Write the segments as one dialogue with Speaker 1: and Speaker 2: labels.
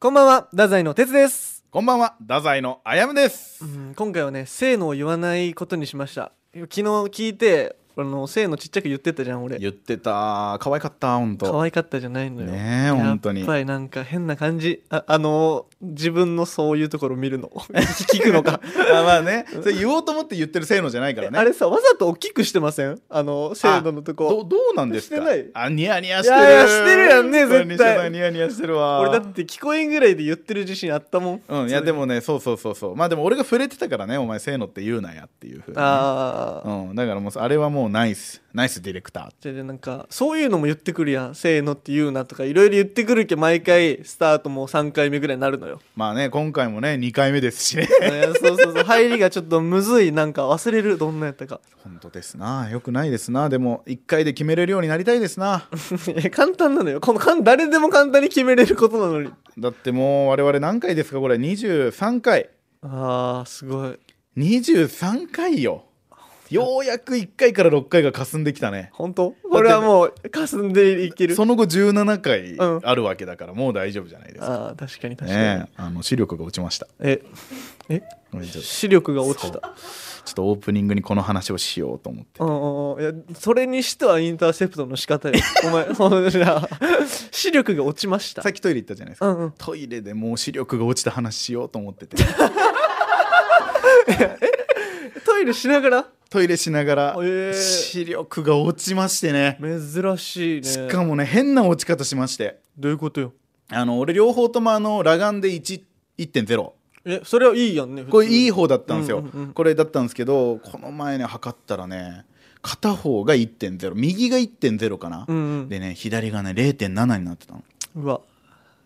Speaker 1: こんばんは、太宰の哲です。
Speaker 2: こんばんは、太宰のあやむです
Speaker 1: う。ん、今回はね、せーのを言わないことにしました。昨日聞いて、あの、せーのちっちゃく言ってたじゃん、俺。
Speaker 2: 言ってた、可愛かった、本
Speaker 1: 可
Speaker 2: 当。
Speaker 1: 愛かったじゃないのよ。
Speaker 2: ねえ本当に
Speaker 1: やっぱりなんか変な感じ。あ、あの、自分のそういうところ見 るの。聞くのか。
Speaker 2: あまあね、それ言おうと思って言ってるせいのじゃないからね。
Speaker 1: あれさ、わざと大きくしてませんあの、せーののと
Speaker 2: ど
Speaker 1: こ。
Speaker 2: うどうなんですか
Speaker 1: してない
Speaker 2: あ、ニヤニヤしてる。
Speaker 1: いやいやしてるやんね絶対
Speaker 2: してないニヤニヤしてるわ。
Speaker 1: 俺だって聞こえんぐらいで言ってる自信あったもん。
Speaker 2: うん、いやでもね、そうそうそうそう。まあでも俺が触れてたからね、お前せいのって言うなやっていうふうにね。
Speaker 1: ああ。
Speaker 2: うん、だからもう、あれはもうナイス、ナイスディレクター。
Speaker 1: じゃあなんかそういうのも言ってくるやん「せーの」って言うなとかいろいろ言ってくるけ毎回スタートも3回目ぐらいになるのよ
Speaker 2: まあね、今回もね、2回目ですしね。
Speaker 1: いやそうそうそう入りがちょっとむずいなんか忘れるどんなやったか
Speaker 2: 本当ですな。よくないですな。でも、1回で決めれるようになりたいですな。
Speaker 1: いや簡単なのよこの簡誰でも簡単に決めれることなのに
Speaker 2: だってもう我々何回ですかこれ23回
Speaker 1: あーすごい
Speaker 2: 23回よようやく1回から6回が霞んできたね
Speaker 1: 本当これはもう霞んでいける
Speaker 2: その後17
Speaker 1: うん
Speaker 2: 回あるわけだからもう大丈夫じゃないですか、
Speaker 1: あー確かに確かに、
Speaker 2: ねえあの視力が落ちました
Speaker 1: ええ
Speaker 2: ごめんちょっと
Speaker 1: 視力が落ちた
Speaker 2: ちょっとオープニングにこの話をしようと思って
Speaker 1: うんうんうんいやそれにしてはインターセプトの仕 方よお前そのな視力が落ちました
Speaker 2: さっきトイレ行ったじゃないです
Speaker 1: う
Speaker 2: か、
Speaker 1: んうん
Speaker 2: トイレでもう視力が落ちた話しようと思ってて
Speaker 1: トイレしながら
Speaker 2: トイレしながら
Speaker 1: へえ
Speaker 2: 視力が落ちましてね
Speaker 1: 珍しいね
Speaker 2: しかもね変な落ち方しまして
Speaker 1: どういうことよ
Speaker 2: あの俺両方ともあの裸眼で1 1.0
Speaker 1: えそれはいいやんね
Speaker 2: これいい
Speaker 1: い
Speaker 2: 方だったんですよ、
Speaker 1: うんうんうん
Speaker 2: これだったんですけどこの前ね測ったらね片方が1.0右が1.0かな、
Speaker 1: うんうん
Speaker 2: でね左がね0.7になってたの
Speaker 1: うわ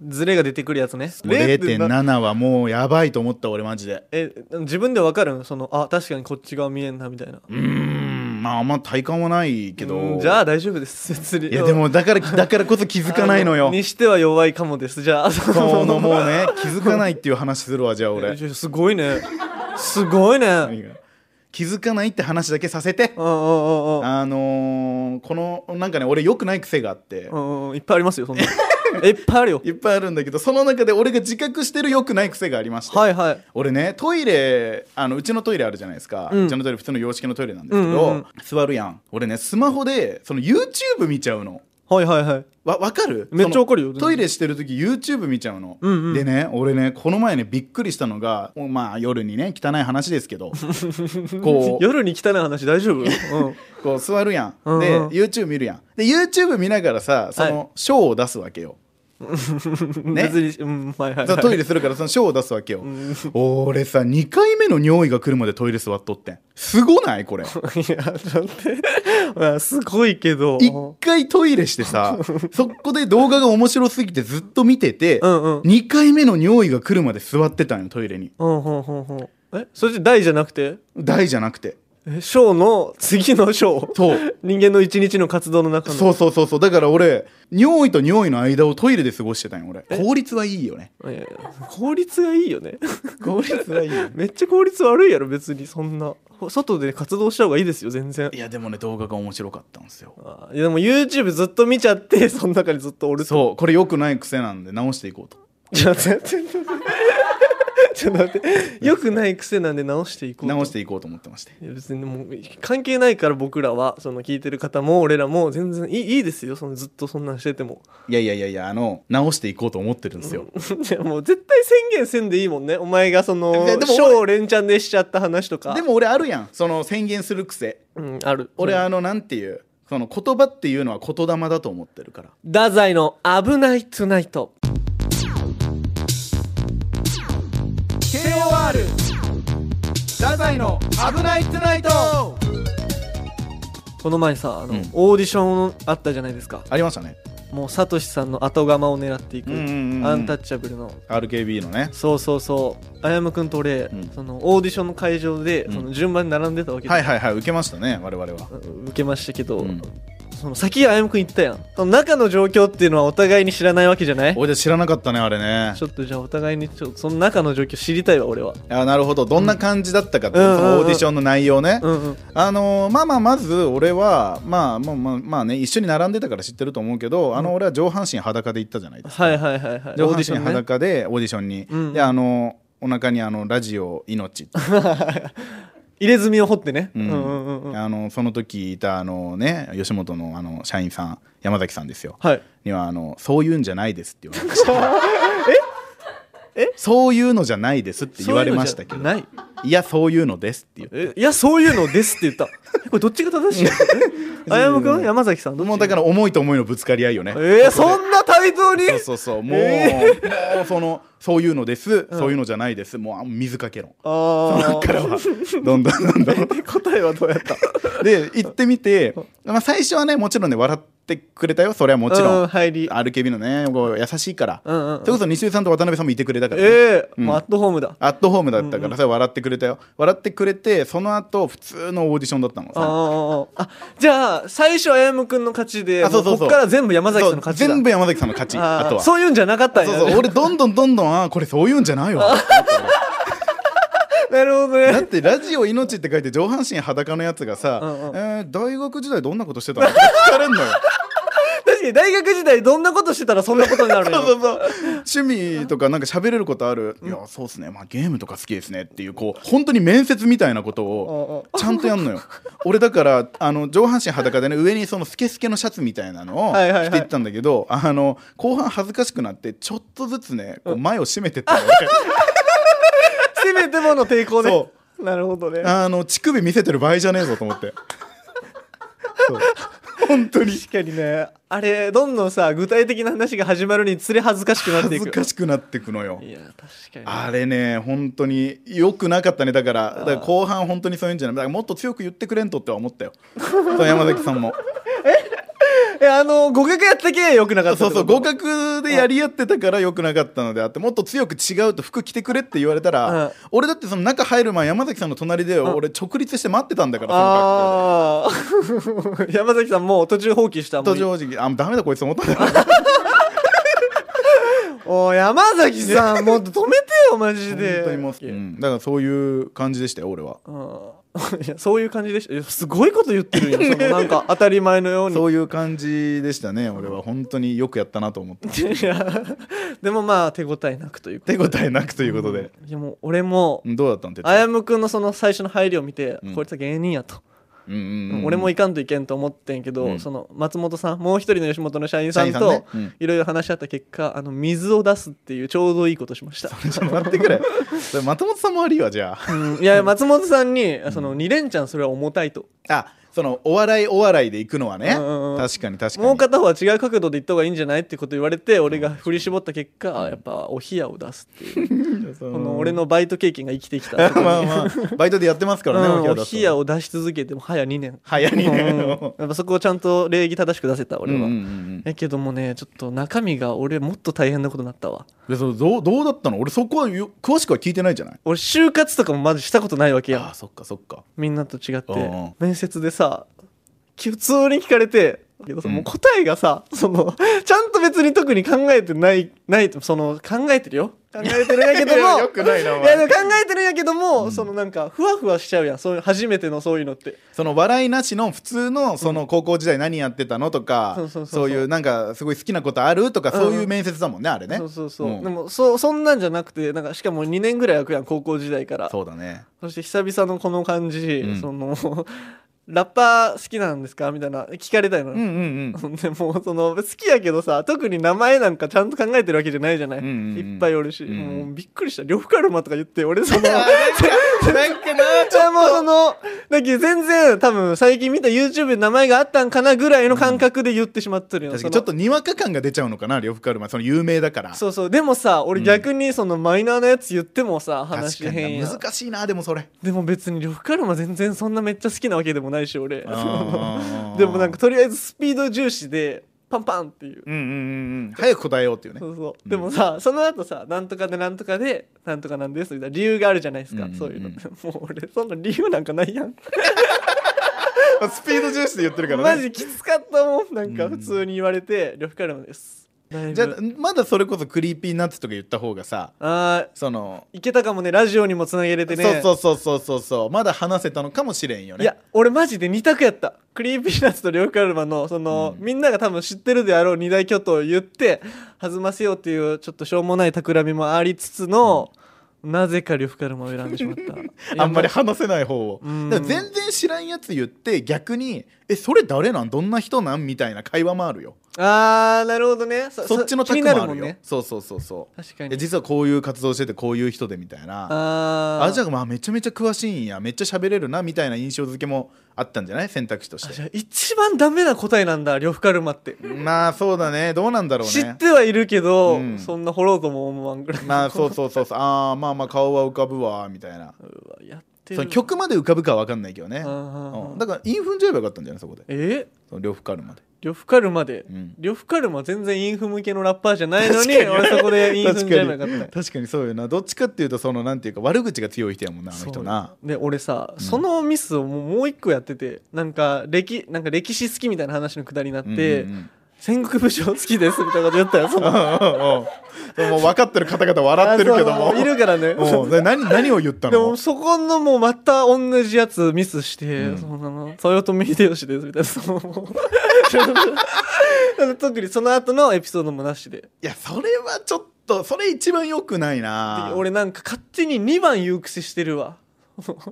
Speaker 1: ズレが出てくるやつね
Speaker 2: 0.7はもうやばいと思った俺マジで
Speaker 1: え自分でわかるんそのあ確かにこっち側見えんなみたいな
Speaker 2: うーんまああんま体感はないけ
Speaker 1: う
Speaker 2: ど
Speaker 1: んじゃあ大丈夫です 別に
Speaker 2: いやでもだからだからこそ気づかないの
Speaker 1: あ
Speaker 2: よ
Speaker 1: にしては弱いかもですじ ゃあ
Speaker 2: そのもうね気づかないっていう話するわじゃあ俺
Speaker 1: いやすごいねすごいねう んうん
Speaker 2: 何が気づかないって話だけさせて
Speaker 1: うんうん
Speaker 2: あのーこのなんかね俺よくない癖があって
Speaker 1: うんうんいっぱいありますよ そんなえいっぱいあるよ
Speaker 2: いっぱいあるんだけどその中で俺が自覚してる良くない癖がありまして、
Speaker 1: はいはい
Speaker 2: 俺ねトイレあのうちのトイレあるじゃないですか、
Speaker 1: う
Speaker 2: うんちのトイレ普通の洋式のトイレなんですけど、
Speaker 1: うんうんうん
Speaker 2: 座るやん俺ねスマホでその YouTube 見ちゃうの
Speaker 1: はいはいはい
Speaker 2: わ分かる
Speaker 1: めっちゃわかるよ
Speaker 2: そのトイレしてる時 YouTube 見ちゃうの、
Speaker 1: うんうん
Speaker 2: でね俺ねこの前ねびっくりしたのがもうまあ夜にね汚い話です けどこう
Speaker 1: 夜に汚い話大丈夫うん
Speaker 2: こう座るやん、
Speaker 1: うんうん
Speaker 2: で YouTube 見るやんで YouTube 見ながらさそ
Speaker 1: はい
Speaker 2: の賞を出すわけよ、ね
Speaker 1: 別にうんはいはい
Speaker 2: そ
Speaker 1: は
Speaker 2: う
Speaker 1: い
Speaker 2: トイレするからその賞を出すわけよ、俺さ2回目の尿意が来るまでトイレ座っとってんすごない これ
Speaker 1: いや、ちょっと待って、まあ、すご いけど。
Speaker 2: 1回トイレして さそこで動画が面白すぎてずっと見てて、
Speaker 1: うんうん。
Speaker 2: 2回目の尿意が来るまで座ってたんよトイレに
Speaker 1: うんうんうんうん。え、それじゃ大じゃなくて
Speaker 2: 大じゃなくて
Speaker 1: え、章の次の章。
Speaker 2: そう
Speaker 1: 人間の一日の活動の中の。
Speaker 2: そうそうそうそうだから俺尿意と尿意の間をトイレで過ごしてたんよ俺効率はいいよね
Speaker 1: いやいや効率がいいよね。
Speaker 2: 効率はいいよね
Speaker 1: めっちゃ効率悪いやろ、別にそんな。ほ外で活動した方がいいですよ、全然
Speaker 2: い。やでもね動画が面白かったんですよ
Speaker 1: あいや、でも YouTube ずっと見ちゃって、 その中にずっとおると。
Speaker 2: そうこれ良くない癖なんで直していこうと
Speaker 1: ちょっと待って、 ちょっと待ってちょっと待って。よくない癖なんで直していこうと。
Speaker 2: 直していこうと思ってまして
Speaker 1: いや別にもう関係ないから僕らはその聞いてる方も俺らも全然いいいいですよそのずっとそんなんしてても
Speaker 2: いやいやいやいやあの直していこうと思ってるんですよ、
Speaker 1: いや もう絶対宣言せんでいいもんねお前がその
Speaker 2: いやでも俺
Speaker 1: 賞を連チャンでしちゃった話とか
Speaker 2: でも俺あるやんその宣言する癖
Speaker 1: うんある
Speaker 2: 俺
Speaker 1: は
Speaker 2: あのなんていうその言葉っていうのは言霊だと思ってるから
Speaker 1: 太宰の「危ないトゥナイト」
Speaker 2: KOR 太宰の「危ないトゥナイト
Speaker 1: この前さあの、
Speaker 2: うん
Speaker 1: オーディションあったじゃないですか」
Speaker 2: ありましたね
Speaker 1: もうサトシさんの後釜を狙っていく、
Speaker 2: うんうんうんうん
Speaker 1: アンタッチャブルの
Speaker 2: RKB のね
Speaker 1: そうそうそうあやむくんと俺、
Speaker 2: うん
Speaker 1: そのオーディションの会場で、
Speaker 2: うん
Speaker 1: その順番に並んでたわけで
Speaker 2: はいはいはい受けましたね我々は
Speaker 1: 受けましたけど、
Speaker 2: うん
Speaker 1: その先歩夢君言ってたやんその中の状況っていうのはお互いに知らないわけじゃない
Speaker 2: 俺じゃ知らなかったねあれね
Speaker 1: ちょっとじゃあお互いにちょっとその中の状況知りたいわ俺は
Speaker 2: あなるほどどんな感じだったかって、
Speaker 1: うん
Speaker 2: そのオーディションの内容ね、
Speaker 1: うんうん
Speaker 2: あのーまあまあまず俺はまあまあまあまあね一緒に並んでたから知ってると思うけど、あの俺は上半身裸で行ったじゃないですか
Speaker 1: はいはいはいはいオ
Speaker 2: 上半身
Speaker 1: ーディションね
Speaker 2: 裸でオーディションに、
Speaker 1: うん
Speaker 2: であのお腹にあのラジオ 命って、
Speaker 1: 入れ墨を掘ってねう
Speaker 2: うんん
Speaker 1: うんうんうん
Speaker 2: あのその時いたあのね吉本のあの社員さん山崎さんですよ
Speaker 1: はい
Speaker 2: にはあのそういうんじゃないですって言われました ええそういうのじゃないですって言われましたけ
Speaker 1: そう
Speaker 2: ど
Speaker 1: いうのじゃない
Speaker 2: いやそういうのですって言って
Speaker 1: えいやそういうのですって言ったえこれどっちが正し いのえあやむくん山崎さんどっち
Speaker 2: もうだから思いと思いのぶつかり合いよね
Speaker 1: えー、そんな対等に
Speaker 2: そうそうそうもう,、
Speaker 1: え
Speaker 2: もうそのそういうのです、そういうのじゃないですもうあ水かけろ
Speaker 1: ああ
Speaker 2: からはどんどんどんどん
Speaker 1: 答えはどうやっ た
Speaker 2: で行ってみて、まあ、最初はねもちろんね笑ってくれたよそれはもち
Speaker 1: うん
Speaker 2: ろん
Speaker 1: 入り
Speaker 2: RKB のねこう優しいから、
Speaker 1: うんうんうん
Speaker 2: それこそ西尾さんと渡辺さんもいてくれたからね、
Speaker 1: ええ
Speaker 2: うん
Speaker 1: もうアットホームだ
Speaker 2: アットホームだったからそれ笑ってくれたよ笑ってくれてその後普通のオーディションだったの
Speaker 1: あ
Speaker 2: さ
Speaker 1: ーあじゃあ最初あやむくんの勝ちで
Speaker 2: あそうそう
Speaker 1: もこ
Speaker 2: そう
Speaker 1: っから全部山崎さんの勝ちだ
Speaker 2: そう全部山崎さんの勝ち
Speaker 1: あ
Speaker 2: あ
Speaker 1: ー
Speaker 2: とは
Speaker 1: そういうんじゃなかったんや
Speaker 2: そ
Speaker 1: ね
Speaker 2: うそう俺どんどんどんどんあーこれそういうんじゃないわ
Speaker 1: なるほど
Speaker 2: だっ
Speaker 1: ね
Speaker 2: てラジオ命って書いて上半身裸のやつがさ、
Speaker 1: うんうん
Speaker 2: えー大学時代どんなことしてたのって聞かれんのよ
Speaker 1: 確かに大学時代どんなことしてたらそんなことになるの
Speaker 2: そう
Speaker 1: よ
Speaker 2: そうそう趣味とかなんか喋れることある、いやそうっすねまあゲームとか好きですねっていうこう本当に面接みたいなことを
Speaker 1: うん
Speaker 2: ちゃんとや んのよ俺だからあの上半身裸でね上にそのスケスケのシャツみたいなのを
Speaker 1: はいはいはい
Speaker 2: 着ていったんだけど、あの後半恥ずかしくなってちょっとずつねこう前を締め てったの、ね、
Speaker 1: せめてもの抵抗ね
Speaker 2: そ
Speaker 1: なるほどね
Speaker 2: あの乳首見せてる場合じゃねえぞと 思って。そう本当に
Speaker 1: 確かにねあれどんどんさ具体的な話が始まるにつれ恥ずかしくなって
Speaker 2: 恥
Speaker 1: いく
Speaker 2: ずかしくなってくのよ
Speaker 1: いや確か
Speaker 2: あれね本当に良くなかったねだからだから後半本当にそういうんじゃないだからもっと強く言ってくれんとっては思ったよ そう山崎さんも
Speaker 1: にえあの合格やったけよくなかった
Speaker 2: そ
Speaker 1: っ
Speaker 2: う
Speaker 1: て
Speaker 2: そ
Speaker 1: こと
Speaker 2: う合格でやり合ってたから良くなかったのであってもっと強く違うと服着てくれって言われた
Speaker 1: う
Speaker 2: ら、
Speaker 1: ん
Speaker 2: 俺だってその中入る前山崎さんの隣で俺直立して待ってたんだからその格好
Speaker 1: ああ
Speaker 2: で
Speaker 1: 山崎さんもう途中放棄したも
Speaker 2: 途
Speaker 1: う
Speaker 2: 中正直あダメだこいつ思ったんだ
Speaker 1: おい山崎さんもっと止めてよマジで
Speaker 2: 本当にもう、うんだからそういう感じでしたよ俺は
Speaker 1: うんいやそういう感じでしたいやすごいこと言ってるやんそ のなんか当たり前のように
Speaker 2: そういう感じでしたね俺は本当によくやったなと思って
Speaker 1: いやでもまあ手応えなくというか
Speaker 2: 手応えなくということで、
Speaker 1: いやもう俺も
Speaker 2: どうだったんて
Speaker 1: あやむくんのその最初の入りを見て、
Speaker 2: うん
Speaker 1: こいつは芸人やと、
Speaker 2: うんうんうん
Speaker 1: 俺も行かんといけんと思ってんけど、
Speaker 2: うん
Speaker 1: その松本さんもう一人の吉本の社員さん
Speaker 2: 社員さん
Speaker 1: と
Speaker 2: ねうん
Speaker 1: いろいろ話し合った結果あの水を出すっていうちょうどいいことしました、
Speaker 2: ちょっと待って くれそれ松本さんも悪いわじゃあ
Speaker 1: うんいや松本さんにその2連チャンそれは重たいと
Speaker 2: あそのお笑いお笑いで行くのはね
Speaker 1: うんうんうん
Speaker 2: 確かに確かに
Speaker 1: もう片方は違う角度で言った方がいいんじゃないってこと言われて俺が振り絞った結果やっぱお冷やを出すっていう
Speaker 2: そ
Speaker 1: この俺のバイト経験が生きてきたところに
Speaker 2: まあまあバイトでやってますからね
Speaker 1: うんお
Speaker 2: お
Speaker 1: 冷
Speaker 2: 冷
Speaker 1: や
Speaker 2: や
Speaker 1: を出し続けても早2年
Speaker 2: 早に ね
Speaker 1: うんやっぱそこをちゃんと礼儀正しく出せた
Speaker 2: うん
Speaker 1: 俺
Speaker 2: うん
Speaker 1: は、
Speaker 2: うん
Speaker 1: やけどもねちょっと中身が俺もっと大変なことになったわ
Speaker 2: でそのどうどうだったの俺そこはよ詳しくは聞いてないじゃない
Speaker 1: 俺就活とかもまずしたことないわけ
Speaker 2: あ
Speaker 1: や
Speaker 2: あそっかそっか
Speaker 1: みんなと違って
Speaker 2: うんうん
Speaker 1: 面接でさ普通に聞かれてけどさ
Speaker 2: うん
Speaker 1: もう答えがさ、そのちゃんと別に特に考えてないないその考えてるよ考えてるんやけど
Speaker 2: いや
Speaker 1: も
Speaker 2: よくないなお
Speaker 1: い
Speaker 2: 前
Speaker 1: やでも考えてるんやけども、そのなんかふわふわしちゃうやんそういう初めてのそういうのって
Speaker 2: その笑いなしの普通のその高校時代何やってたのと
Speaker 1: そう
Speaker 2: か
Speaker 1: そうそうそう
Speaker 2: そういうなんかすごい好きなことあるとか
Speaker 1: うん
Speaker 2: そういう面接だもんねあれね
Speaker 1: そうそうそう、
Speaker 2: ん
Speaker 1: でもそうそんなんじゃなくてなんかしかも2年ぐらい空くやん高校時代からそ
Speaker 2: そうだね
Speaker 1: して久々のこの感じ、
Speaker 2: うん
Speaker 1: その ラッパー好きなんですかみたいな聞かれたいの、
Speaker 2: うんうん
Speaker 1: ほんでもうその好きやけどさ特に名前なんかちゃんと考えてるわけじゃないじゃない、
Speaker 2: うんうんうん
Speaker 1: いっぱいおるし、
Speaker 2: うんうん
Speaker 1: もうびっくりした呂布カルマとか言って俺 その
Speaker 2: うんなんかな
Speaker 1: じゃあもう そのだけど全然多分最近見た YouTube で名前があったんかなぐらいの感覚で言ってしまってるよ、
Speaker 2: 確
Speaker 1: その
Speaker 2: かにちょっとにわか感が出ちゃうのかな呂布カルマその有名だから
Speaker 1: そうそうでもさ俺
Speaker 2: うん
Speaker 1: 逆にそのマイナーなやつ言ってもさ
Speaker 2: 確
Speaker 1: 話
Speaker 2: か
Speaker 1: 変
Speaker 2: に
Speaker 1: やん、
Speaker 2: 難しいなでもそれ
Speaker 1: でも別に呂布カルマ全然そんなめっちゃ好きなわけでもないし俺
Speaker 2: あー
Speaker 1: でもなんかとりあえずスピード重視でパンパンっていう
Speaker 2: うんうんうんうん早く答えようっていうね
Speaker 1: そうそうでもさ、その後さなんとかでなんとかでなんとかなんですみ たいな理由があるじゃないですか、
Speaker 2: うんうんうん
Speaker 1: そういうのもう俺そんな理由なんかないやん
Speaker 2: スピード重視で言ってるからね
Speaker 1: マジきつかったもんなんか普通に言われて呂布カルマですだいぶ
Speaker 2: じゃあまだそれこそクリーピーナッツとか言った方がさ
Speaker 1: あー
Speaker 2: その、
Speaker 1: いけたかもねラジオにもつなげれてね
Speaker 2: そうそうそうそうそうそうまだ話せたのかもしれんよね
Speaker 1: いや俺マジで2択やったクリーピーナッツとリョーカルマのその、みんなが多分知ってるであろう二大巨頭を言って弾ませようっていうちょっとしょうもない企みもありつつの、なぜかリョフカルマを選んでしまった
Speaker 2: あんまり話せない方を
Speaker 1: うん
Speaker 2: だから全然知らんやつ言って逆に「えそれ誰なんどんな人なん?」みたいな会話もあるよ
Speaker 1: あーなるほどねそ
Speaker 2: そっちの
Speaker 1: 気
Speaker 2: タク
Speaker 1: に
Speaker 2: も
Speaker 1: な
Speaker 2: あ
Speaker 1: るも
Speaker 2: るよ
Speaker 1: んね
Speaker 2: そうそうそうそう
Speaker 1: 確か
Speaker 2: え
Speaker 1: に
Speaker 2: 実はこういう活動しててこういう人でみたいな
Speaker 1: あー
Speaker 2: あじゃあまあめちゃめちゃ詳しいんやめっちゃ喋れるなみたいな印象付けもあったんじゃない選択肢とし
Speaker 1: あ
Speaker 2: て
Speaker 1: じゃあ一番ダメな答えなんだリョフカルマって、
Speaker 2: まあそうだねどうなんだろうね
Speaker 1: 知ってはいるけど、
Speaker 2: うん
Speaker 1: そんな掘ろうとも思わんぐらい
Speaker 2: まあそうそうそうそうああまあまあ顔は浮かぶわみたいな
Speaker 1: うわやってる
Speaker 2: その曲まで浮かぶかは分かんないけどね、
Speaker 1: うんうんうん
Speaker 2: うんだからインフンじゃえばよかったんじゃないそこで
Speaker 1: え
Speaker 2: その呂布カルマで
Speaker 1: 呂布カルマで、
Speaker 2: うん
Speaker 1: 呂布カルマ全然インフ向けのラッパーじゃないのに俺そこでインフ
Speaker 2: 確
Speaker 1: じ
Speaker 2: か
Speaker 1: ゃな
Speaker 2: に
Speaker 1: かった
Speaker 2: 確かにそうよなどっちかっていうとそのなんていうか悪口が強い人やもんなあの人な
Speaker 1: そうで俺さ、そのミスをもうもう一個やっててなんか歴なんか歴史好きみたいな話のくだりになって、
Speaker 2: うんうんうん
Speaker 1: 戦国武将好きですみたいなこと言ったよその
Speaker 2: うんうんうんもう分かってる方々 笑ってるけど
Speaker 1: あ
Speaker 2: も
Speaker 1: そういるからね
Speaker 2: うんで何何を言っ た
Speaker 1: で
Speaker 2: の
Speaker 1: もそこのもうまた同じやつミスして、
Speaker 2: うん
Speaker 1: その豊臣秀吉ですみたいなその もう 特にその後のエピソードもなしで
Speaker 2: いやそれはちょっとそれ一番良くないな
Speaker 1: 俺なんか勝手に2番言う癖してるわ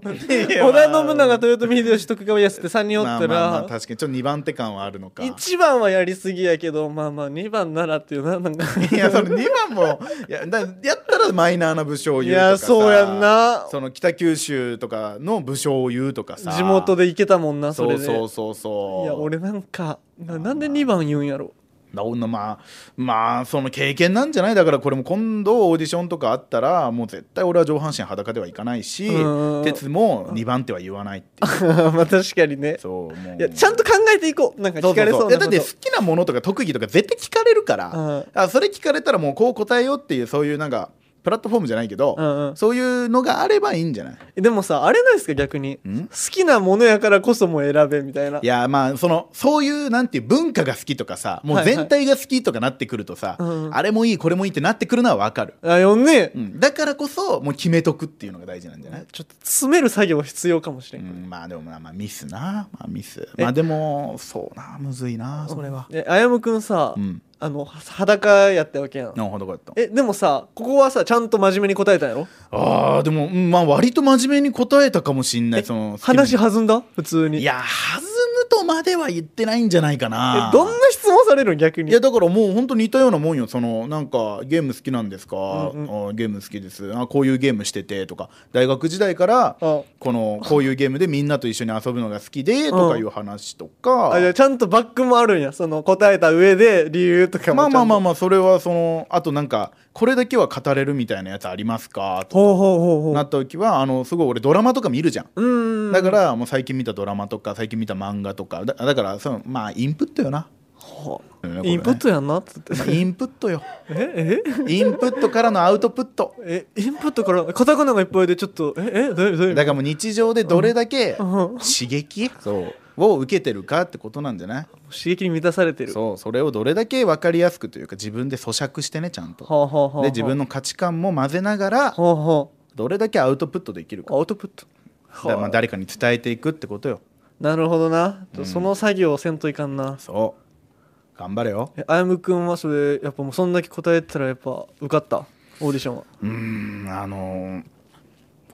Speaker 1: 織
Speaker 2: いやいや
Speaker 1: 田
Speaker 2: まあ
Speaker 1: 信長豊臣秀吉徳川家康って3人おっ
Speaker 2: まあ
Speaker 1: た
Speaker 2: まあまあ
Speaker 1: ら
Speaker 2: 確かにちょっと2番手感はあるのか
Speaker 1: 1番はやりすぎやけどまあまあ2番ならっていうななんか
Speaker 2: いやその2番もいやだやったらマイナーな武将を
Speaker 1: い
Speaker 2: 言うとかさ
Speaker 1: やそうやんな
Speaker 2: その北九州とかの武将を言うとかさ
Speaker 1: 地元で行けたもんなそ
Speaker 2: そ
Speaker 1: れ
Speaker 2: う
Speaker 1: で
Speaker 2: そうそうそう
Speaker 1: い
Speaker 2: い
Speaker 1: や俺なんかななんで2番言うんやろ
Speaker 2: だ女まあまあその経験なんじゃないだからこれも今度オーディションとかあったらもう絶対俺は上半身裸ではいかないし
Speaker 1: うん
Speaker 2: 鉄も2番手は言わないってい う
Speaker 1: まあ確かにね
Speaker 2: そうもう
Speaker 1: いやちゃんと考えていこうなんか
Speaker 2: そう
Speaker 1: 聞
Speaker 2: そ
Speaker 1: か
Speaker 2: う
Speaker 1: れそ
Speaker 2: そうう
Speaker 1: な
Speaker 2: いや
Speaker 1: こ
Speaker 2: だ
Speaker 1: と
Speaker 2: って好きなものとか特技とか絶対聞かれるから、
Speaker 1: うん
Speaker 2: あそれ聞かれたらもうこう答えようっていうそういうなんかプラットフォームじゃないけど、
Speaker 1: うんうん
Speaker 2: そういうのがあればいいんじゃない
Speaker 1: えでもさあれないですか逆に
Speaker 2: ん
Speaker 1: 好きなものやからこそもう選べみたいない
Speaker 2: やまあそのそういうなんていう文化が好きとかさもう全体が好きとかなってくると
Speaker 1: は
Speaker 2: さ、
Speaker 1: いはいうん
Speaker 2: あれもいいこれもいいってなってくるのはわかる、
Speaker 1: あよね
Speaker 2: うん、だからこそもう決めとくっていうのが大事なんじゃない、
Speaker 1: ちょっと詰める作業必要かもしれ、
Speaker 2: うんん、まあでもまあまあミスな、まあ、ミス
Speaker 1: え
Speaker 2: まあでもそうなむずいなそれは
Speaker 1: えあやむくんさ、
Speaker 2: うん
Speaker 1: あのは裸やったわけやん
Speaker 2: なるほどこうやった
Speaker 1: えでもさここはさちゃんと真面目に答えたんやろ
Speaker 2: あーでもうんまあ割と真面目に答えたかもしんな
Speaker 1: え
Speaker 2: いその
Speaker 1: 話弾んだ普通に
Speaker 2: いや弾むとまでは言ってないんじゃないかな
Speaker 1: えどんな質問されるん逆
Speaker 2: い
Speaker 1: に
Speaker 2: やだからもうほんと似たようなもんよそのなんかゲーム好きなんですか、
Speaker 1: うん
Speaker 2: あゲーム好きですあこういうゲームしててとか大学時代から
Speaker 1: あ
Speaker 2: このこういうゲームでみんなと一緒に遊ぶのが好きでとかいう話とか、
Speaker 1: あじゃあちゃんとバックもあるんやその答えた上で理由とかも
Speaker 2: まあまあまあ
Speaker 1: あ
Speaker 2: まあそれはそのあとなんかこれだけは語れるみたいなやつありますかと
Speaker 1: ほうほうほうほ
Speaker 2: な
Speaker 1: う
Speaker 2: った時はあのすごい俺ドラマとか見るじゃん。
Speaker 1: うーん
Speaker 2: だからもう最近見たドラマとか最近見た漫画とかだだからそのまあインプットよな、
Speaker 1: ほう
Speaker 2: うんこれね
Speaker 1: インプットやんなっつって
Speaker 2: まあインプットよ
Speaker 1: ええ
Speaker 2: インプットからのアウトプット
Speaker 1: えインプットからカタカナがいっぱいでちょっとええどういうどういう意
Speaker 2: だ
Speaker 1: 味
Speaker 2: からもう日常でどれだ
Speaker 1: う
Speaker 2: け
Speaker 1: ん
Speaker 2: 刺激そうを受けてるかってことなんじゃない
Speaker 1: 刺激に満たされてる
Speaker 2: そうそれをどれだけ分かりやすくというか自分で咀嚼してねちゃんと
Speaker 1: はあはあはあ
Speaker 2: で自分の価値観も混ぜながら
Speaker 1: はあは
Speaker 2: どれだけアウトプットできる
Speaker 1: あ
Speaker 2: か
Speaker 1: アウトプット
Speaker 2: だからまあ誰かに伝えていくってことよ
Speaker 1: なるほどな、その作業をせんといかんな
Speaker 2: そう頑張れよ
Speaker 1: えあやむくんはそれやっぱもうそんだけ答えてたらやっぱ受かったオーディションは
Speaker 2: うーんあのー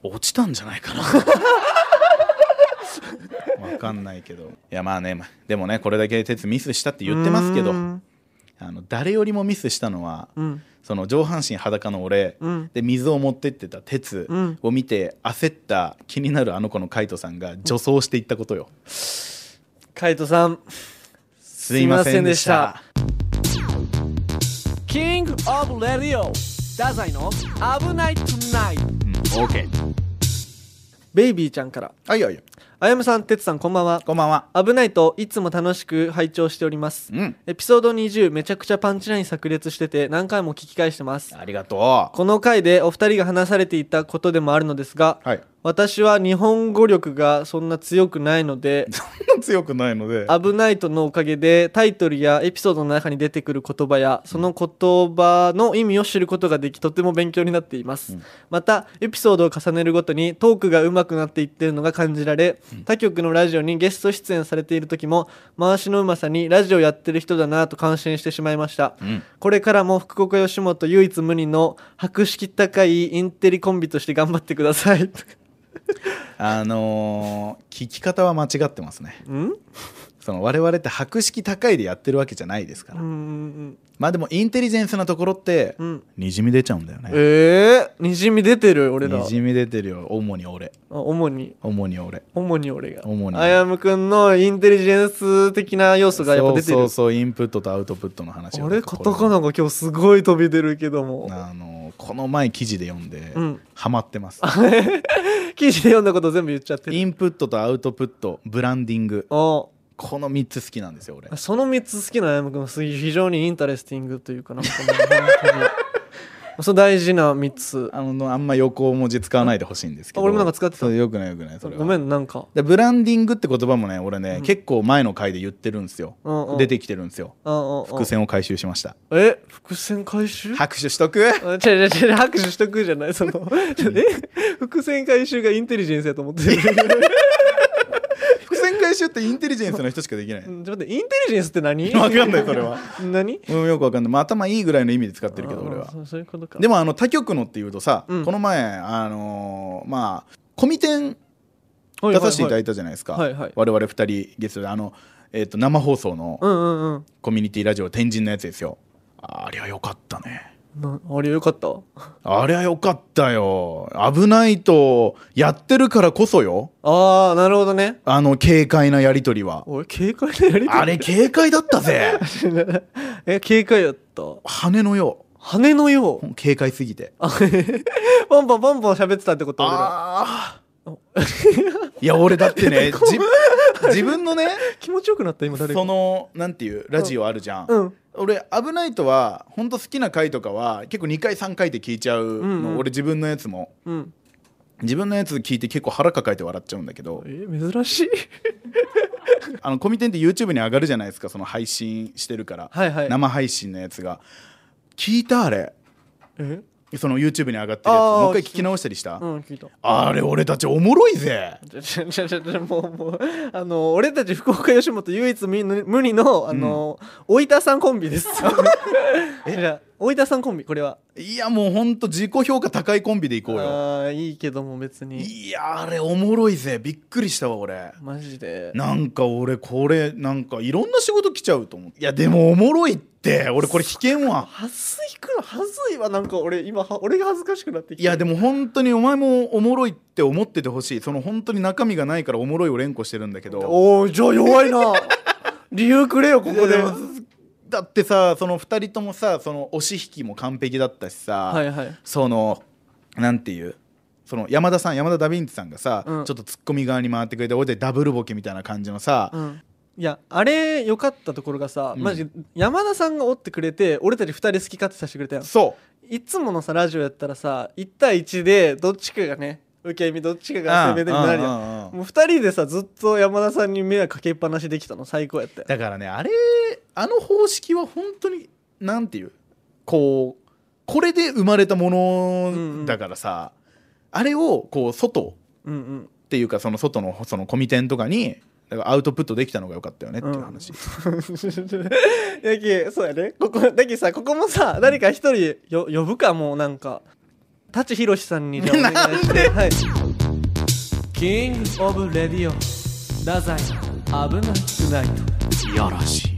Speaker 2: 落ちたんじゃない かなわかんないけどいやまあねまあでもねこれだけ鉄ミスしたって言ってますけど
Speaker 1: うん
Speaker 2: あの誰よりもミスしたのは、
Speaker 1: うん
Speaker 2: その上半身裸の俺、
Speaker 1: うん
Speaker 2: で水を持ってってた鉄
Speaker 1: うん
Speaker 2: を見て焦った気になるあの子のカイトさんが女装していったことよ、
Speaker 1: カイトさん
Speaker 2: すいませんでした
Speaker 1: キングオブレディオダザイの危ないトゥナイト
Speaker 2: うん OK
Speaker 1: ベイビーちゃんから
Speaker 2: あいやいや
Speaker 1: あやむさんてつさんこんばんは
Speaker 2: こんばんは
Speaker 1: 危ないといつも楽しく拝聴しております
Speaker 2: うん
Speaker 1: エピソード20めちゃくちゃパンチライン炸裂してて何回も聞き返してます
Speaker 2: ありがと
Speaker 1: この回でお二人が話されていたことでもあるのですが
Speaker 2: うはい
Speaker 1: 私は日本語力がそんな強くないので
Speaker 2: そんな 強くないので
Speaker 1: 「危ないと」のおかげでタイトルやエピソードの中に出てくる言葉やその言葉の意味を知ることができとても勉強になっています、またエピソードを重ねるごとにトークが上手くなっていってるのが感じられ、他局のラジオにゲスト出演されている時も回しのうまさにラジオやってる人だなと感心してしまいました、
Speaker 2: ん
Speaker 1: これからも福岡吉本唯一無二の博識高いインテリコンビとして頑張ってください
Speaker 2: あのー聞き方は間違ってますね
Speaker 1: うん
Speaker 2: その我々って博識高いでやってるわけじゃないですか
Speaker 1: う
Speaker 2: ら、
Speaker 1: んうん
Speaker 2: まあでもインテリジェンスなところって、
Speaker 1: うんうん
Speaker 2: にじみ出ちゃうんだよね
Speaker 1: ええにじみ出てる俺ら
Speaker 2: にじみ出てるよ主に俺
Speaker 1: あ主に
Speaker 2: 主に俺
Speaker 1: 主に俺が
Speaker 2: 主に
Speaker 1: あやむくんのインテリジェンス的な要素がやっぱ出て
Speaker 2: そ
Speaker 1: る
Speaker 2: うそうそうインプットとアウトプットの話
Speaker 1: 俺カタカナが今日すごい飛び出るけども
Speaker 2: あのこの前記事で読んで、
Speaker 1: うん
Speaker 2: ハマってます
Speaker 1: 記事で読んだこと全部言っちゃってる
Speaker 2: インプットとアウトプットブランディング
Speaker 1: あ
Speaker 2: この3つ好きなんですよ俺
Speaker 1: その3つ好きなあやむくんはすごい非常にインタレスティングというかなんかもう本 当にそう大事な3つ
Speaker 2: あのあんま横文字使わないでほしいんですけど
Speaker 1: あ俺もなんか使ってた
Speaker 2: そうよくないよくないそれは
Speaker 1: ごめんなんか
Speaker 2: でブランディングって言葉もね俺ね、結構前の回で言ってるんですよ、
Speaker 1: うんうん
Speaker 2: 出てきてるんですよ
Speaker 1: ああ
Speaker 2: 伏線を回収しました
Speaker 1: え伏線回収
Speaker 2: 拍手しとく
Speaker 1: あ違う違う違う拍手しとくじゃないそのちょえ伏線回収がインテリジェンスやと思ってる
Speaker 2: 伏線回収ってインテリジェンスの人しかできない
Speaker 1: うんちょっと待ってインテリジェンスって何
Speaker 2: わかんないそれは
Speaker 1: 何
Speaker 2: うんよくわかんない、まあ、頭いいぐらいの意味で使ってるけど
Speaker 1: あー
Speaker 2: 俺は
Speaker 1: そうそういうことか
Speaker 2: で
Speaker 1: も
Speaker 2: もあの他局のっていうとさ、
Speaker 1: うん
Speaker 2: この前あのーまあコミテン出させていただ
Speaker 1: い
Speaker 2: いたじゃないですか、
Speaker 1: はいはい
Speaker 2: 我々2人ゲストであの、えっと生放送の
Speaker 1: うんうんうん
Speaker 2: コミュニティラジオ天神のやつですよありゃよかったね
Speaker 1: なあれよかったあ
Speaker 2: あれはよかったよ危ないとやってるからこそよ
Speaker 1: あーなるほどね
Speaker 2: あの軽快なやり取りは
Speaker 1: 俺警戒でやりた
Speaker 2: あ
Speaker 1: い
Speaker 2: れ軽快だったぜ
Speaker 1: え警戒やった
Speaker 2: 羽のよ
Speaker 1: 羽のよう
Speaker 2: う軽快すぎて
Speaker 1: あ へへへポンポンポンポン喋ってたってこと俺ら
Speaker 2: ああ いや俺だっ てねじ自分のね
Speaker 1: 気持ちよくなった今誰か
Speaker 2: そのなんていうラジオあるじゃん、
Speaker 1: うん
Speaker 2: 俺「危ないとは本当好きな回とかは結構2回3回で聞いちゃうの、
Speaker 1: んうん
Speaker 2: 俺自分のやつも
Speaker 1: うん
Speaker 2: 自分のやつ聞いて結構腹抱えて笑っちゃうんだけど
Speaker 1: えー珍 しい
Speaker 2: あのコミテンって YouTube に上がるじゃないですかその配信してるから、
Speaker 1: はいはい
Speaker 2: 生配信のやつが聞いたあれ
Speaker 1: え
Speaker 2: その YouTube に上がってるやつ
Speaker 1: あー
Speaker 2: もう一回聞き直したりした、
Speaker 1: うん聞いた
Speaker 2: あれ俺たちおもろいぜ
Speaker 1: ちょちょちょちょちょもうもうあの俺たち福岡吉本唯一無二無二のあのおいたさんコンビです じゃあおいたさんコンビこれはい
Speaker 2: やもうほんと自己評価高いコンビでいこうよ
Speaker 1: ああいいけども別に
Speaker 2: いやあれおもろいぜびっくりしたわ俺
Speaker 1: マジで
Speaker 2: なんか俺これなんかいろんな仕事来ちゃうと思ういやでもおもろいって俺これ危険は
Speaker 1: はずいくらはずいはなんか俺今は俺が恥ずかしくなってき
Speaker 2: い
Speaker 1: た
Speaker 2: やでも本当にお前もおもろいって思っててほしいその本当に中身がないからおもろいを連呼してるんだけど
Speaker 1: おおじゃあ弱 いな理由くれよここ
Speaker 2: い
Speaker 1: で
Speaker 2: やでもだってさその2人ともさその押し引きも完璧だったしさ、
Speaker 1: はいはい
Speaker 2: そのなんていうその山田さん山田ダ・ヴィンチさんがさ、
Speaker 1: うん
Speaker 2: ちょっとツッコミ側に回ってくれて俺でダブルボケみたいな感じのさ、
Speaker 1: うんいやあれ良かったところがさ、
Speaker 2: うん
Speaker 1: マジ山田さんがおってくれて俺たち2人好き勝手させてくれたやん
Speaker 2: そう
Speaker 1: いつものさラジオやったらさ1対1でどっちかがね受け身どっちかが攻めでみたいになるやん
Speaker 2: うんうんうん
Speaker 1: もう2人でさずっと山田さんに迷惑かけっぱなしできたの最高やったよ
Speaker 2: だからねあれあの方式は本当になんていうこうこれで生まれたも
Speaker 1: んう
Speaker 2: の
Speaker 1: ん
Speaker 2: だからさ、あれをこう外
Speaker 1: うんうん
Speaker 2: っていうかその外のそのコミテンとかにだからアウトプットできたのが良かったよねっていう話、
Speaker 1: だけそうやねここだけさここもさ誰か一人よ呼ぶかもうなんか舘ひろしさんにじゃあお願い してはいキングオブレディオ太宰危なくない
Speaker 2: いやらしいわ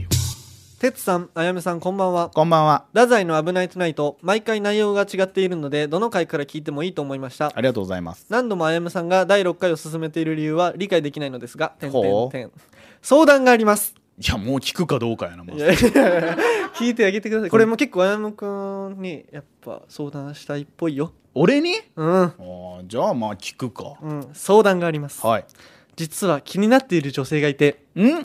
Speaker 1: てつさんあやめさんこんばんは
Speaker 2: こんばんは
Speaker 1: 太宰の「危ないトゥナイト」毎回内容が違っているのでどの回から聞いてもいいと思いました
Speaker 2: ありがとうございます
Speaker 1: 何度もあやむさんが第6回を進めている理由は理解できないのですが点
Speaker 2: ほ
Speaker 1: 々
Speaker 2: う
Speaker 1: 点相談があります
Speaker 2: いやもう聞くかどうかやなもう
Speaker 1: いやいやいや 聞いてあげてくださいこれも結構あやむくんにやっぱ相談したいっぽいよ
Speaker 2: 俺に
Speaker 1: うん、
Speaker 2: あーじゃあまあ聞くか、
Speaker 1: うん、相談があります
Speaker 2: はい
Speaker 1: 実は気になっている女性がいて
Speaker 2: うん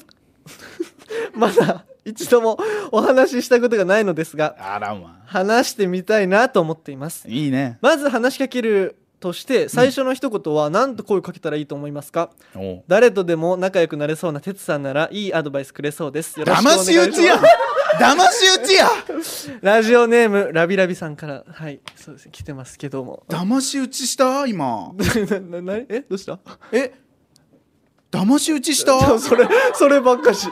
Speaker 1: まだ一度もお話ししたことがないのですが
Speaker 2: あらま
Speaker 1: 話してみたいなと思っています
Speaker 2: あいいね
Speaker 1: まず話しかけるとして最初の一言は何と声をかけたらいいと思いますか、
Speaker 2: おう
Speaker 1: 誰とでも仲良くなれそうな哲さんならいいアドバイスくれそうですよろしくお
Speaker 2: 騙
Speaker 1: 願い
Speaker 2: し
Speaker 1: しま
Speaker 2: 討
Speaker 1: す
Speaker 2: ちや騙し討ちや
Speaker 1: ラジオネームラビラビさんからはいそうですね来てますけども
Speaker 2: 騙し討ちした今
Speaker 1: なななえどうした
Speaker 2: え騙し討ちした
Speaker 1: それそればっかし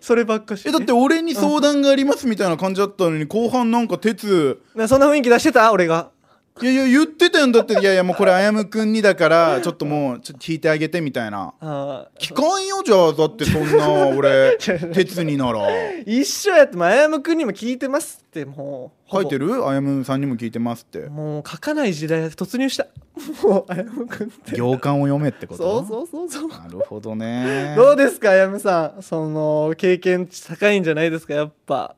Speaker 1: そればっかし
Speaker 2: えだって俺に相談がありますみたいな感じだったのに後半なんか鉄
Speaker 1: なそんな雰囲気出してた俺が
Speaker 2: いやいや言ってたよだっていやいやもうこれあやむくんにだからちょっともうちょっと聞いてあげてみたいな
Speaker 1: あー
Speaker 2: 聞かんよじゃあだってそんな 俺鉄になら
Speaker 1: 一緒やってもあやむくんにも聞いてますってもうほぼ
Speaker 2: 書いてるあやむさんにも聞いてますって
Speaker 1: もう書かない時代突入したもうあやむくんって
Speaker 2: 行間を読めってこ
Speaker 1: そう
Speaker 2: と
Speaker 1: そうそうそう
Speaker 2: なるほどね
Speaker 1: どうですかあやむさんその経験値高いんじゃないですかやっぱ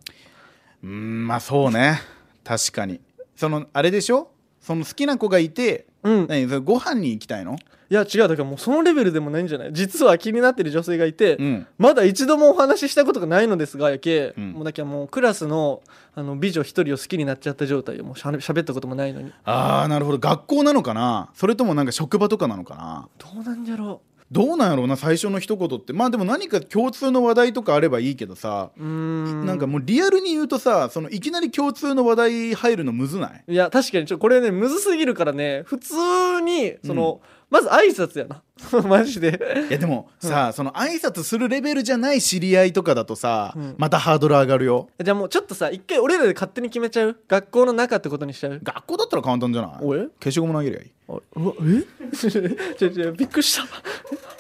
Speaker 2: うーんまあそうね確かにそのあれでしょその好きな子がいて
Speaker 1: うん
Speaker 2: 何それご飯に行きたいの
Speaker 1: いや違うだからもうそのレベルでもないんじゃない実は気になってる女性がいて、
Speaker 2: うん
Speaker 1: まだ一度もお話ししたことがないのですがやけ、
Speaker 2: うん
Speaker 1: もうだけもうクラスのあの美女一人を好きになっちゃった状態よもうしゃ喋ったこともないのに
Speaker 2: ああなるほど学校なのかなそれともなんか職場とかなのかな
Speaker 1: どうなんじゃろ
Speaker 2: どうなんやろうな最初の一言ってまあでも何か共通の話題とかあればいいけどさ、
Speaker 1: ううーん
Speaker 2: なんかもうリアルに言うとさそのいきなり共通の話題入るのむずない
Speaker 1: いや確かにちょこれねむずすぎるからね普通にその、まず挨拶やな マジで
Speaker 2: いやでもさ、その挨拶するレベルじゃない知り合いとかだとさ、
Speaker 1: うん
Speaker 2: またハードル上がるよ
Speaker 1: じゃあもうちょっとさ一回俺らで勝手に決めちゃう学校の中ってことにしちゃう
Speaker 2: 学校だったら簡単じゃない
Speaker 1: おえ
Speaker 2: 消しゴム投げりゃいい
Speaker 1: あうわえちょちょちょびっくりした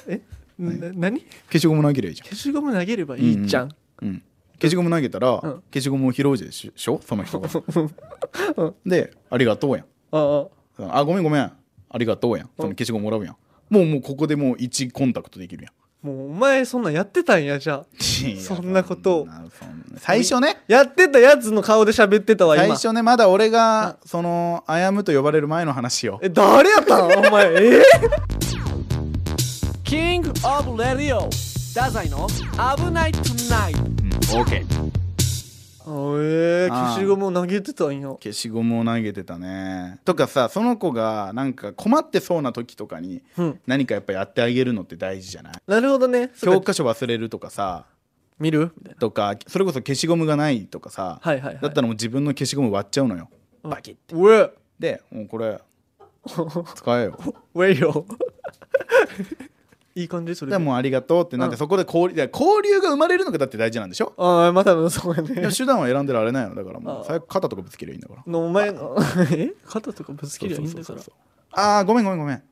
Speaker 1: えな何
Speaker 2: 消しゴム投げりゃいいじゃん
Speaker 1: 消しゴム投げればいいじゃん、
Speaker 2: うん、消しゴム投げたら、
Speaker 1: ん
Speaker 2: 消しゴムを拾うでしょその人 が、で「ありがとう」やん
Speaker 1: あ
Speaker 2: 「あごめんごめんありがとう」やんその消しゴムもらうやんもうもうここでもう1コンタクトできるやん
Speaker 1: あもうお前そんなんやってたんやじゃあ
Speaker 2: い や
Speaker 1: そんなことを
Speaker 2: そんなそんな最初ね
Speaker 1: やってたやつの顔で喋ってたわ
Speaker 2: 最
Speaker 1: 今
Speaker 2: 初ねまだ俺がその「あやむ」と呼ばれる前の話よ
Speaker 1: え誰やったんお前えキングオブレディオ太宰の危ないトゥナイト
Speaker 2: オーケー
Speaker 1: えー、
Speaker 2: あー
Speaker 1: 消しゴムを投げてたんや
Speaker 2: 消しゴムを投げてたねとかさその子がなんか困ってそうな時とかに
Speaker 1: うん
Speaker 2: 何かやっぱやってあげるのって大事じゃない
Speaker 1: なるほどね
Speaker 2: 教科書忘れるとかさ
Speaker 1: 見るみたいな
Speaker 2: とかそれこそ消しゴムがないとかさ、
Speaker 1: はいはいはい
Speaker 2: だったらもう自分の消しゴム割っちゃうのよバキッて
Speaker 1: うえ
Speaker 2: でもう これ使えよ
Speaker 1: ウェイよ いい感じそれ
Speaker 2: で
Speaker 1: で
Speaker 2: もうありがとうってなんかそこで交流いや交流が生まれるのがだって大事なんでしょ
Speaker 1: ああまあ多分そうや
Speaker 2: い
Speaker 1: ね
Speaker 2: や手段は選んでられないのだからも
Speaker 1: あ
Speaker 2: う
Speaker 1: あ
Speaker 2: 最悪肩とかぶつけりゃいいんだから
Speaker 1: のお前の え肩とかぶつけりゃいいんだから
Speaker 2: ああごめんごめんごめん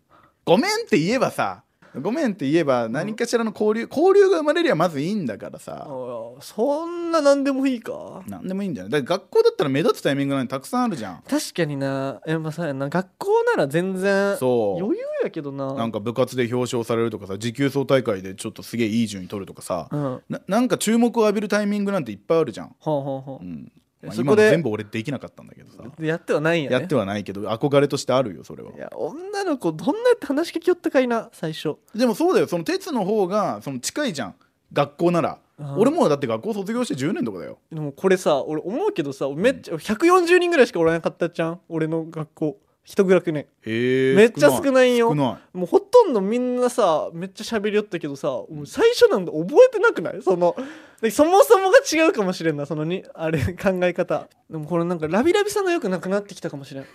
Speaker 2: ごめんって言えばさごめんって言えば何かしらの交流交流が生まれりゃまずいいんだから
Speaker 1: あ
Speaker 2: さ
Speaker 1: ーそんな何でもいいか
Speaker 2: 何でもいいんじゃないだから学校だったら目立つタイミングなんてたくさんあるじゃん
Speaker 1: 確かになえまあさやな学校なら全然
Speaker 2: そう
Speaker 1: 余裕やけどな
Speaker 2: なんか部活で表彰されるとかさ持久走大会でちょっとすげえいい順位取るとかさ、
Speaker 1: うんは
Speaker 2: ななんか注目を浴びるタイミングなんていっぱいあるじゃん、
Speaker 1: あはあはあ
Speaker 2: うんまあ
Speaker 1: そ
Speaker 2: 今
Speaker 1: こ
Speaker 2: の
Speaker 1: で
Speaker 2: 全部俺できなかったんだけどさ
Speaker 1: やってはないんやね
Speaker 2: やってはないけど憧れとしてあるよそれはい
Speaker 1: や女の子どんなやって話しかけよったかいな最初
Speaker 2: でもそうだよその鉄の方がその近いじゃん学校なら
Speaker 1: うん
Speaker 2: 俺もうだって学校卒業して10年とかだよ
Speaker 1: でもこれさ俺思うけどさめっちゃ140人ぐらいしかおらなかったじゃん俺の学校一学年
Speaker 2: へえ
Speaker 1: めっちゃ少ないんよ
Speaker 2: 少ない
Speaker 1: もうほとんどみんなさめっちゃ喋りよったけどさもう最初なんだ覚えてなくないそのでそもそもが違うかもしれんなそのにあれ 考え方でもこれなんかラビラビさんがよくなくなってきたかもしれん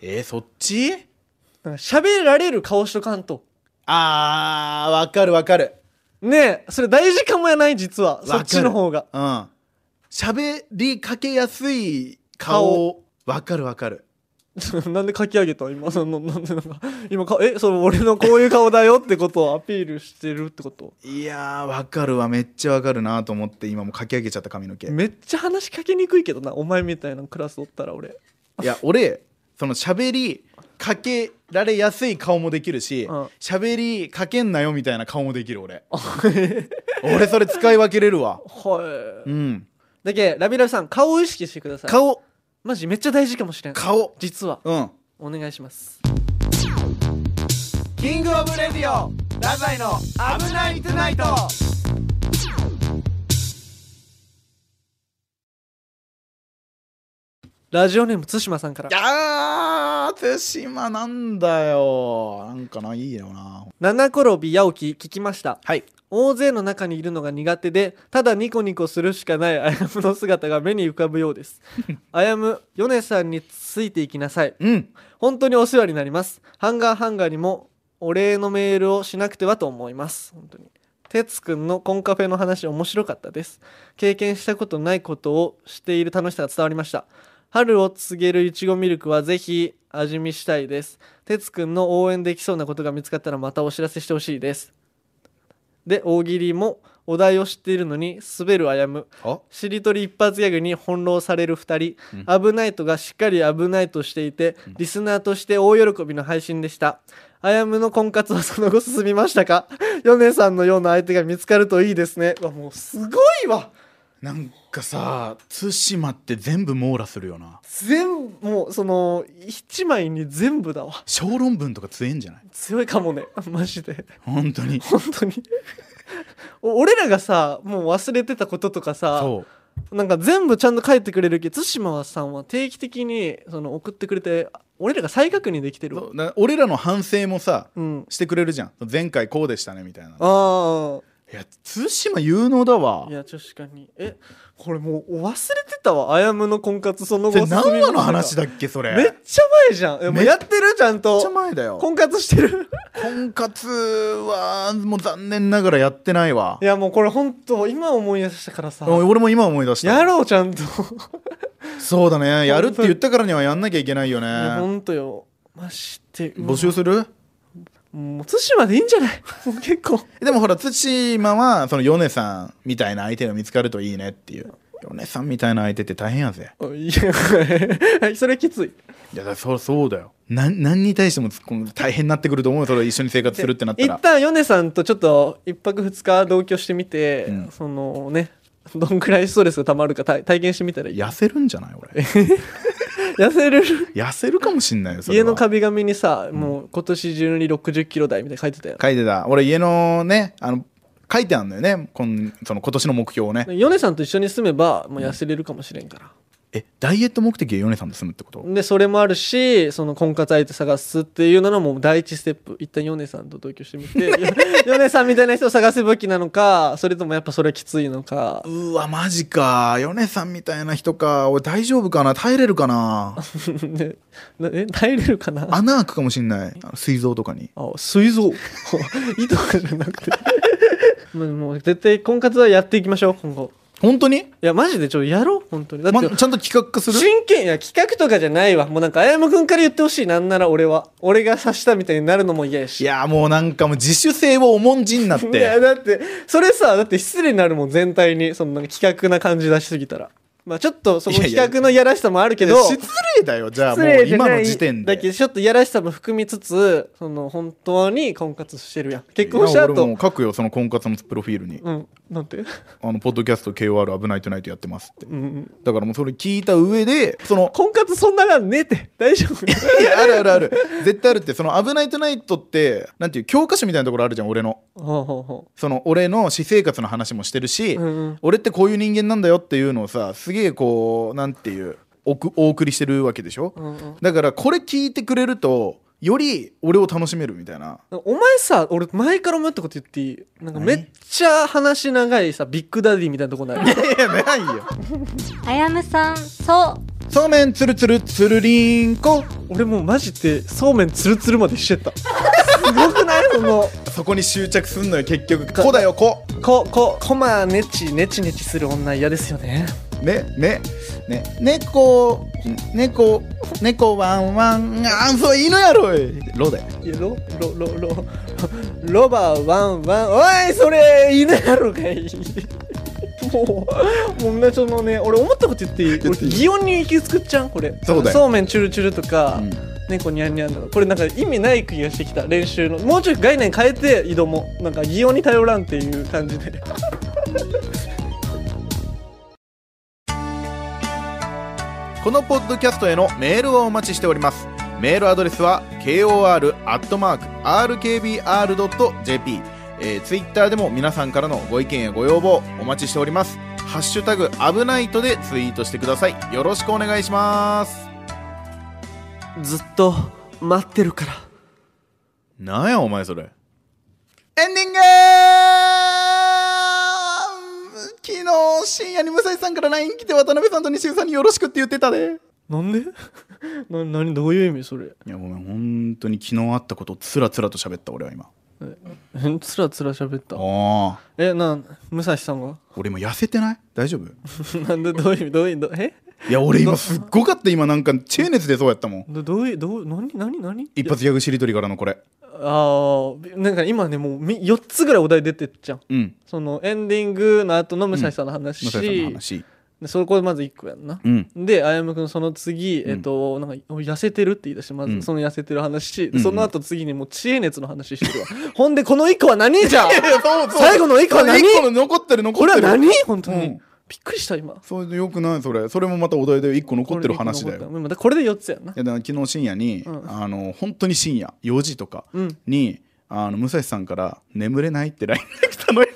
Speaker 2: えー、そっち
Speaker 1: なんか喋られる顔しとかんと
Speaker 2: あーわかるわかる
Speaker 1: ねえそれ大事かもやない実はそっちの方が
Speaker 2: うん喋りかけやすい顔わかるわかる
Speaker 1: なんで書き上げたん今そのなんでなんか今かえその俺のこういう顔だよってことをアピールしてるってこと
Speaker 2: いやーわかるわめっちゃわかるなと思って今もうかき上げちゃった髪の毛
Speaker 1: めっちゃ話しかけにくいけどなお前みたいなクラスおったら俺
Speaker 2: いや俺その喋りかけられやすい顔もできるし
Speaker 1: うん
Speaker 2: 喋、りかけんなよみたいな顔もできる俺俺それ使い分けれるわ
Speaker 1: は
Speaker 2: う
Speaker 1: い
Speaker 2: ん
Speaker 1: だけラビラビさん顔を意識してください
Speaker 2: 顔
Speaker 1: マジめっちゃ大事かもしれん
Speaker 2: 顔
Speaker 1: 実は
Speaker 2: うん
Speaker 1: お願いします
Speaker 2: キングオブレディオ
Speaker 1: 太宰の危ないトゥナイトラジオネーム対馬さんから
Speaker 2: いやー手島なんだよなんかないいよな
Speaker 1: 七転び八起き聞きました
Speaker 2: はい
Speaker 1: 大勢の中にいるのが苦手でただニコニコするしかないアヤムの姿が目に浮かぶようです アヤムヨネさんについていきなさい
Speaker 2: うん
Speaker 1: 本当にお世話になりますハンガーハンガーにもお礼のメールをしなくてはと思います本当に哲くんのコンカフェの話面白かったです経験したことないことをしている楽しさが伝わりました春を告げるいちごミルクはぜひ味見したいです哲くんの応援できそうなことが見つかったらまたお知らせしてほしいですで大喜利もお題を知っているのに滑るあやむ
Speaker 2: あ
Speaker 1: しりとり一発ギャグに翻弄される2人、危ないとがしっかり危ないとしていて、リスナーとして大喜びの配信でしたあやむの婚活はその後進みましたかヨネさんのような相手が見つかるといいですねうわもうすごいわ
Speaker 2: なんかさ対馬って全部網羅するよな
Speaker 1: 全部もうその一枚に全部だわ
Speaker 2: 小論文とか強えんじゃない
Speaker 1: 強いかもねマジで
Speaker 2: 本当に
Speaker 1: 本当にお俺らがさもう忘れてたこととかさ
Speaker 2: そう
Speaker 1: なんか全部ちゃんと書いてくれるけど対馬さんは定期的にその送ってくれて俺らが再確認できてるわ
Speaker 2: そうな俺らの反省もさ
Speaker 1: うん
Speaker 2: してくれるじゃん前回こうでしたねみたいな
Speaker 1: あ
Speaker 2: いや対馬有能だ
Speaker 1: あ
Speaker 2: わ
Speaker 1: いや確かにえこれもう忘れてたわあやむの婚活その
Speaker 2: そ
Speaker 1: 後
Speaker 2: れ何
Speaker 1: 進みま
Speaker 2: 話
Speaker 1: した
Speaker 2: の話だっけそれ
Speaker 1: めっ
Speaker 2: めっ
Speaker 1: ちゃ前じゃんえもう
Speaker 2: めっ
Speaker 1: やってるちゃん
Speaker 2: ちゃ
Speaker 1: と
Speaker 2: 前だよ
Speaker 1: 婚活してる
Speaker 2: 婚活はもう残念ながらやってないわ
Speaker 1: いやもうこれ本当今思い出したからさ
Speaker 2: 俺も今思い出した
Speaker 1: やろうちゃんとい
Speaker 2: そうだねやるって言ったからにはやんなきゃいけないよ
Speaker 1: や
Speaker 2: ね
Speaker 1: ほんとよましてうわ
Speaker 2: 募集する
Speaker 1: もう対馬でいいんじゃない もう結構
Speaker 2: でもほら対馬はその米さんみたいな相手が見つかるといいねっていう米さんみたいな相手って大変やぜ
Speaker 1: いや それきつい
Speaker 2: いやだそうそうだよなん何に対してもつこの大変になってくると思うよそれ一緒に生活するってなった
Speaker 1: 一
Speaker 2: ら
Speaker 1: 旦ヨネさんとちょっと一泊二日同居してみて、
Speaker 2: うん
Speaker 1: そのねどんくらいストレスがたまるか体体験してみたらいい
Speaker 2: 痩せるんじゃない俺
Speaker 1: 痩せれる
Speaker 2: 痩せるかもしんない よそれは
Speaker 1: 家の壁紙にさ、もう今年中に6 0キロ台みたいな書いてたよ
Speaker 2: 書いてた俺家のねあの書いてあんのよねこんその今年の目標をね
Speaker 1: ヨネさんと一緒に住めばもう痩せれるかもしれんから、
Speaker 2: えダイエット目的で米さんと住むってこと
Speaker 1: でそれもあるしその婚活相手探すっていうののもう第一ステップ一旦ヨネさんと同居してみ てヨネさんみたいな人を探す武器なのかそれともやっぱそれはきついのか
Speaker 2: うわマジか米さんみたいな人か俺大丈夫かな耐えれるか な
Speaker 1: ねなえ耐えれるかな
Speaker 2: 穴開くかもしんないあの膵臓とかに
Speaker 1: あ、水 蔵。いいとかじゃなく て。もうもう絶対婚活はやっていきましょう、今後。
Speaker 2: 本当に、
Speaker 1: いや、マジでちょっとやろう、本当に。だ
Speaker 2: ま、
Speaker 1: っ
Speaker 2: ちゃ
Speaker 1: て
Speaker 2: ん、と企画化する
Speaker 1: 真剣、いや、企画とかじゃないわ。もうなんか、あやむくんから言ってほしい、なんなら俺は。俺が刺したみたいになるのも嫌や
Speaker 2: い
Speaker 1: し。
Speaker 2: やもうなんかもう自主性を重んじになっ
Speaker 1: いや、
Speaker 2: て
Speaker 1: だって、それさ、だって失礼になるもん、全体に。そのなんか企画な感じ出しすぎたら。まあちょっと、その
Speaker 2: いやい
Speaker 1: 企画
Speaker 2: や
Speaker 1: のいやらしさもあるけど。
Speaker 2: 失礼だよじゃあも
Speaker 1: 失
Speaker 2: う
Speaker 1: 礼じゃ
Speaker 2: 今
Speaker 1: ない
Speaker 2: の時点
Speaker 1: だけ
Speaker 2: で
Speaker 1: どちょっといやらしさも含みつつその本当に婚活してるやん結婚した
Speaker 2: いや俺も
Speaker 1: 後
Speaker 2: う書くよその婚活のプロフィールに
Speaker 1: うんなんて
Speaker 2: 「あのポッドキャスト KOR 危ないトゥナイトやってます」って
Speaker 1: うん、
Speaker 2: だからもうそれ聞いた上でそ の
Speaker 1: 婚活そんながんねえって大丈夫
Speaker 2: いやあるあるある絶対あるってその「危ないトゥナイト」ってなんていう教科書みたいなところあるじゃん俺の
Speaker 1: ほうほうほ
Speaker 2: その俺の私生活の話もしてるし、
Speaker 1: うんうん
Speaker 2: 俺ってこういう人間なんだよっていうのをさすげえこうなんていうおくお送りしてるわけでしょ、
Speaker 1: う、うんうん、
Speaker 2: だからこれ聞いてくれるとより俺を楽しめるみたいな
Speaker 1: お前さ俺前から思ったこと言っていいなんかめっちゃ話長いさビッグダディみたいなとこない
Speaker 2: いやないよ
Speaker 3: あやむさん、そう。
Speaker 2: そうめんつるつるつるりんこ
Speaker 1: 俺もうマジでそうめんツルツルまでしてたすごくないその
Speaker 2: そこに執着すんのよ結局こだよこ
Speaker 1: こここまねちねちねちする女嫌ですよね
Speaker 2: ねねね猫猫猫ワンワンあんそう犬やろいロだよ
Speaker 1: いやロロロロロバワンワンおいそれ犬やろかいもうもうなそのね俺思ったこと言っていい
Speaker 2: 言っていい
Speaker 1: 俺擬音に行き着くっちゃんこれ
Speaker 2: そうだよ
Speaker 1: めんチュルチュルとか、
Speaker 2: うん
Speaker 1: 猫ニャンニャンとかこれなんか意味ない気がしてきた練習のもうちょい概念変えて井戸もなんか擬音に頼らんっていう感じで
Speaker 2: このポッドキャストへのメールをお待ちしておりますメールアドレスは kor.rkbr.jp えー、ツイッターでも皆さんからのご意見やご要望お待ちしております。ハッシュタグ危ないとでツイートしてください。よろしくお願いします。
Speaker 1: ずっと待ってるから
Speaker 2: なんやお前それ。エンディング昨日深夜に武蔵さんから LINE 来て渡辺さんと西尾さんによろしくって言ってたで。
Speaker 1: なんで な何どういう意味それ
Speaker 2: いやごめん本当に昨日あったことをつらつらと喋った俺は今。
Speaker 1: えつらつら喋った
Speaker 2: ああ。
Speaker 1: えなん武蔵さんは
Speaker 2: 俺今痩せてない大丈夫
Speaker 1: なんでどういう意味どういう意味どえ
Speaker 2: いや俺今すっごかった今なんかチェーネスでそうやったもん。
Speaker 1: どどういうどう何何何
Speaker 2: 一発ギャグしりとりからのこれ。
Speaker 1: ああなんか今ねもうみ4つぐらいお題出てっじゃん
Speaker 2: うん。
Speaker 1: そのエンディングの後の武蔵さんの話、
Speaker 2: 武蔵さんの話。
Speaker 1: でそこまず1個やんな、
Speaker 2: うん。
Speaker 1: であやむくんその次、
Speaker 2: うん
Speaker 1: えっとなんか痩せてるって言い出してまず、
Speaker 2: うん
Speaker 1: その痩せてる話、
Speaker 2: んうん
Speaker 1: その後次にもう知恵熱の話してるわほんでこの1個は何じゃん
Speaker 2: そう
Speaker 1: 最後の一個は何
Speaker 2: 一個の残ってる残って
Speaker 1: こ
Speaker 2: る
Speaker 1: れは何本当に、
Speaker 2: うん
Speaker 1: びっくりした今
Speaker 2: それよくないそれそれもまたお題で一個残ってる話だよ
Speaker 1: これで一個残った今だこれで4つやんない
Speaker 2: やだから昨日深夜に、
Speaker 1: うん
Speaker 2: あの本当に深夜4時とか
Speaker 1: うん
Speaker 2: に、あの武蔵さんから「眠れない?」って LINE が来たのよ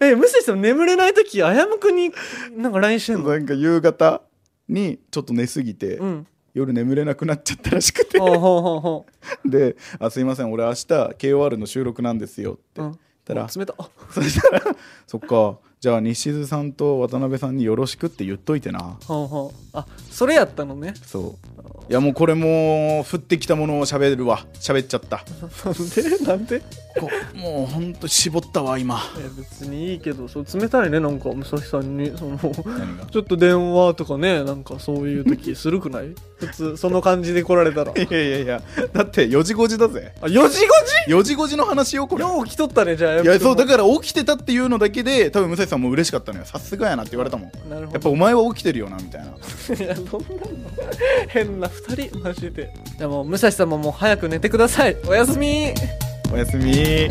Speaker 1: ええ無視しても眠れない時あやむくんになんか LINE してんの
Speaker 2: なんか夕方にちょっと寝すぎて、
Speaker 1: うん
Speaker 2: 夜眠れなくなっちゃったらしくて
Speaker 1: ほうほうほうほ
Speaker 2: であ「すいません俺明日 KOR の収録なんですよ」って、
Speaker 1: う、う
Speaker 2: 言っ
Speaker 1: ん、
Speaker 2: たら
Speaker 1: お冷たあ
Speaker 2: そしたら「そっかじゃあ西津さんと渡辺さんによろしくって言っといてな」
Speaker 1: ほうほうあそれやったのね
Speaker 2: そういやもうこれもう降ってきたものを喋るわ喋っちゃった
Speaker 1: なんで なんで
Speaker 2: こもうほんと絞ったわ今
Speaker 1: いや別にいいけどそう冷たいねなんか武蔵さんにそのち
Speaker 2: 何が
Speaker 1: ょっと電話とかねなんかそういう時するく ない普通その感じで来られたら
Speaker 2: いやいやいやだって4時5時だぜ
Speaker 1: あ4時5時
Speaker 2: 4時5時の話よこれ
Speaker 1: よう来とったねじゃあ
Speaker 2: いやそうだ
Speaker 1: か
Speaker 2: から起きてたっていうのだけで多分武蔵さんも嬉しかったのよさすがやなって言われたもんや
Speaker 1: らなるほ
Speaker 2: っぱ
Speaker 1: ど
Speaker 2: お前は起きてるよなみたいな い
Speaker 1: やそんなの変な2人マジででもう武蔵さんももう早く寝てくださいおやすみ
Speaker 2: おやすみ